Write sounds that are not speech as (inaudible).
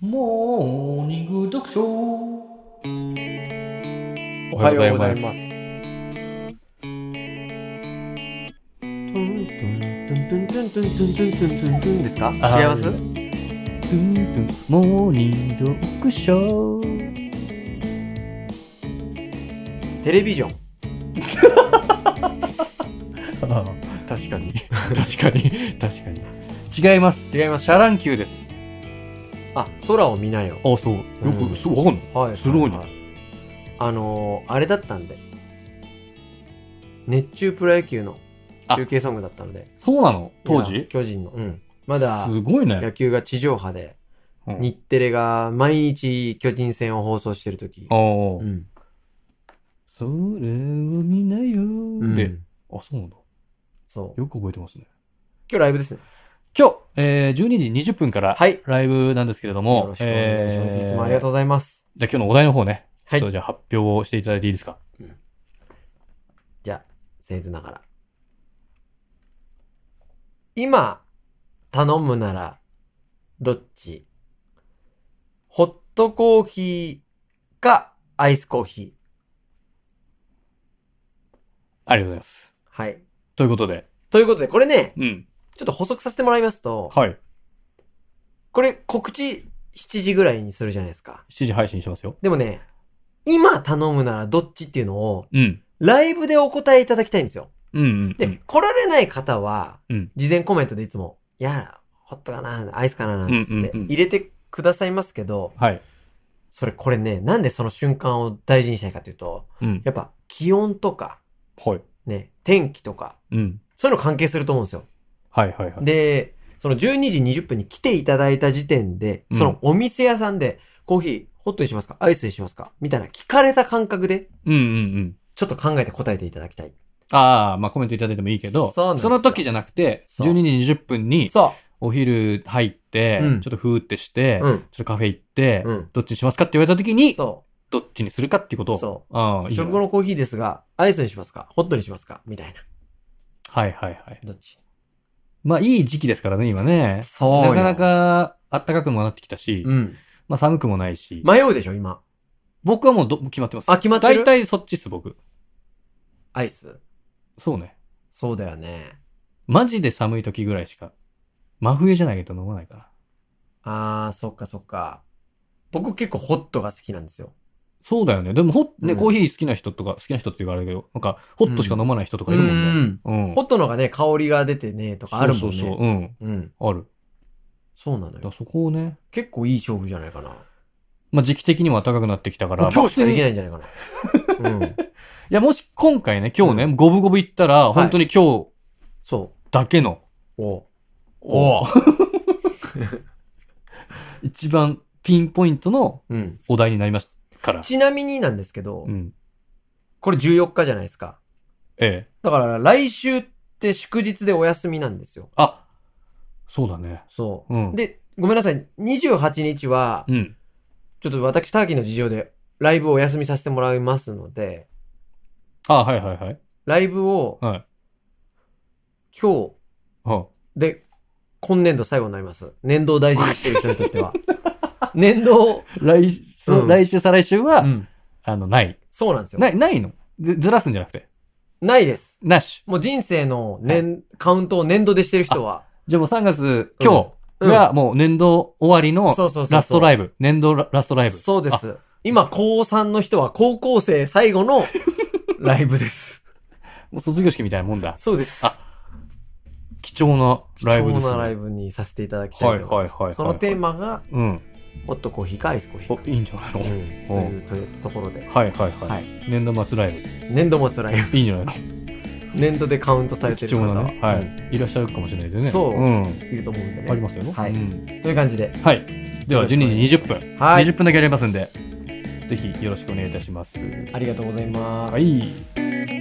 モーニング読書おおはようございます。トゥントゥントゥントゥントゥントゥントゥントゥントゥントゥンですか違いますモーニング読書テレビジョン。 (laughs) 確か (laughs) に確かに確かに違います違いますシャランキューですあ、空を見なよ。あそうようんくそうわかんないはいすごいねはあのー、あれだったんで。熱中プロ野球のあ中継ソングだったんで。そうなの当いや時巨人の。うん。まだすごい野ね球が地上波で、うん日テレが毎日巨人戦を放送してる時あ。あうん。それを見なよでで、あそうなんだそう。今よく覚えてますね日ライブですね。今日、えー、12時20分からはい。よライブなんですけれども、ろしくお願いします。えーいつもありがとうございます。じゃあ今日のお題の方ね、はいちょっとじゃあ発表をしていただいていいですか。じゃあ、僭越ながら。今、頼むなら、どっちホットコーヒーか、アイスコーヒー。ありがとうございます。はい。ということで、ということで、これね、うん。ちょっと補足させてもらいますと、はい。これ告知7時ぐらいにするじゃないですか。 7時配信しますよ。でもね、今頼むならどっちっていうのを、うん。ライブでお答えいただきたいんですよ。うんうん、うで、ん。来られない方は、うん事前コメントでいつも、いや、ホットかな、アイスかな、なんつって、うんうんうん入れてくださいますけど、はい。それこれね、なんでその瞬間を大事にしたいかというと、うん。やっぱ気温とか、はい。ね、天気とか、うん。そういうの関係すると思うんですよ。はいはいはい。で、その12時20分に来ていただいた時点で、うんそのお店屋さんで、コーヒー、ホットにしますかアイスにしますかみたいな聞かれた感覚で、うんうんうん。ちょっと考えて答えていただきたい。ああ、まあコメントいただいてもいいけど、そうなんですよの時じゃなくて、そう12時20分にそお昼入って、うんちょっとふーってして、う。うん。ちょっとカフェ行って、うん。どっちにしますかって言われた時に、そう。どっちにするかっていうことを。そああ、いいね食後のコーヒーですが、アイスにしますかホットにしますかみたいな。はいはいはい。どっちまあいい時期ですからね、今ね。そなかな。か暖かくもなってきたし、うん。まあ寒くもないし。迷うでしょ、今。僕はもうど決まってます。あ決まってる大体そっちっす、僕。アイス。そうね。そうだよね。マジで寒い時ぐらいしか。真冬じゃないと飲まないから。あー、そっかそっか。僕結構ホットが好きなんですよ。そうだよね。でもほ、ね、うんコーヒー好きな人とか、好きな人っていうかあれだけど、なんか、ホットしか飲まない人とかいるもんね。ん。うん。ホットのがね、香りが出てね、とかあるもんね。そうそうそう。うん。うん。ある。そうなのだからよ。そこをね、結構いい勝負じゃないかな。まあ時期的にも暖かくなってきたから。今日しかできい。いないんじゃないかな。うん。や、もし今回ね、今日ね、五分五分行ったら、い本当に今日そだけの、う。おお (laughs) 一番ピンポイントのうん。お題になりますから。ちなみになんですけど、うん。これ14日じゃないですか。ええ。だから来週って祝日でお休みなんですよ。あ、そうだね。そうう。ん。で、ごめんなさい。28日は、うん。ちょっと私、ターキーの事情でライブをお休みさせてもらいますので、あ、はいはいはい。ライブをはい。今日はで、今年度最後になります。年度を大事にしてる人にとっては。 (laughs) 年度を、来週、うん来週、再来週は、うんあの、ない。そうなんですよ。ない、ないのず、ずらすんじゃなくて。ないです。なし。もう人生の年、カウントを年度でしてる人は。じゃあもう3月、うん今日がもう年度終わりのそうそうそうそう。ラストライイブ。年度ララストライブ。そうであ。す。今、高3の人は高校生最後のライブ (laughs) です。もう卒業式みたいなもんだ。そうです。あ貴重なライブです、貴ね。重なライブにさせていただきたいと思います。はいはいはいはいはいそのテーマが、うん。ホットコーヒーかアイスコーヒーおか。、いいんじゃないの、うん、とおいうとところで。はいはいはい。はい年度末ライ年度 (laughs) 末ライブ。ブ。いいんじゃないの年度でカウントされて貴る重方なは、ね。はい。いらっしゃるかもしれないでね。。そうんいると思うんでね。ありますよね。はいうんという感じで。はい。では、よろしくお願12い時し20分。はい。 20分だけやりますんで、ぜひよろしくお願いいたします。ありがとうございます。はい。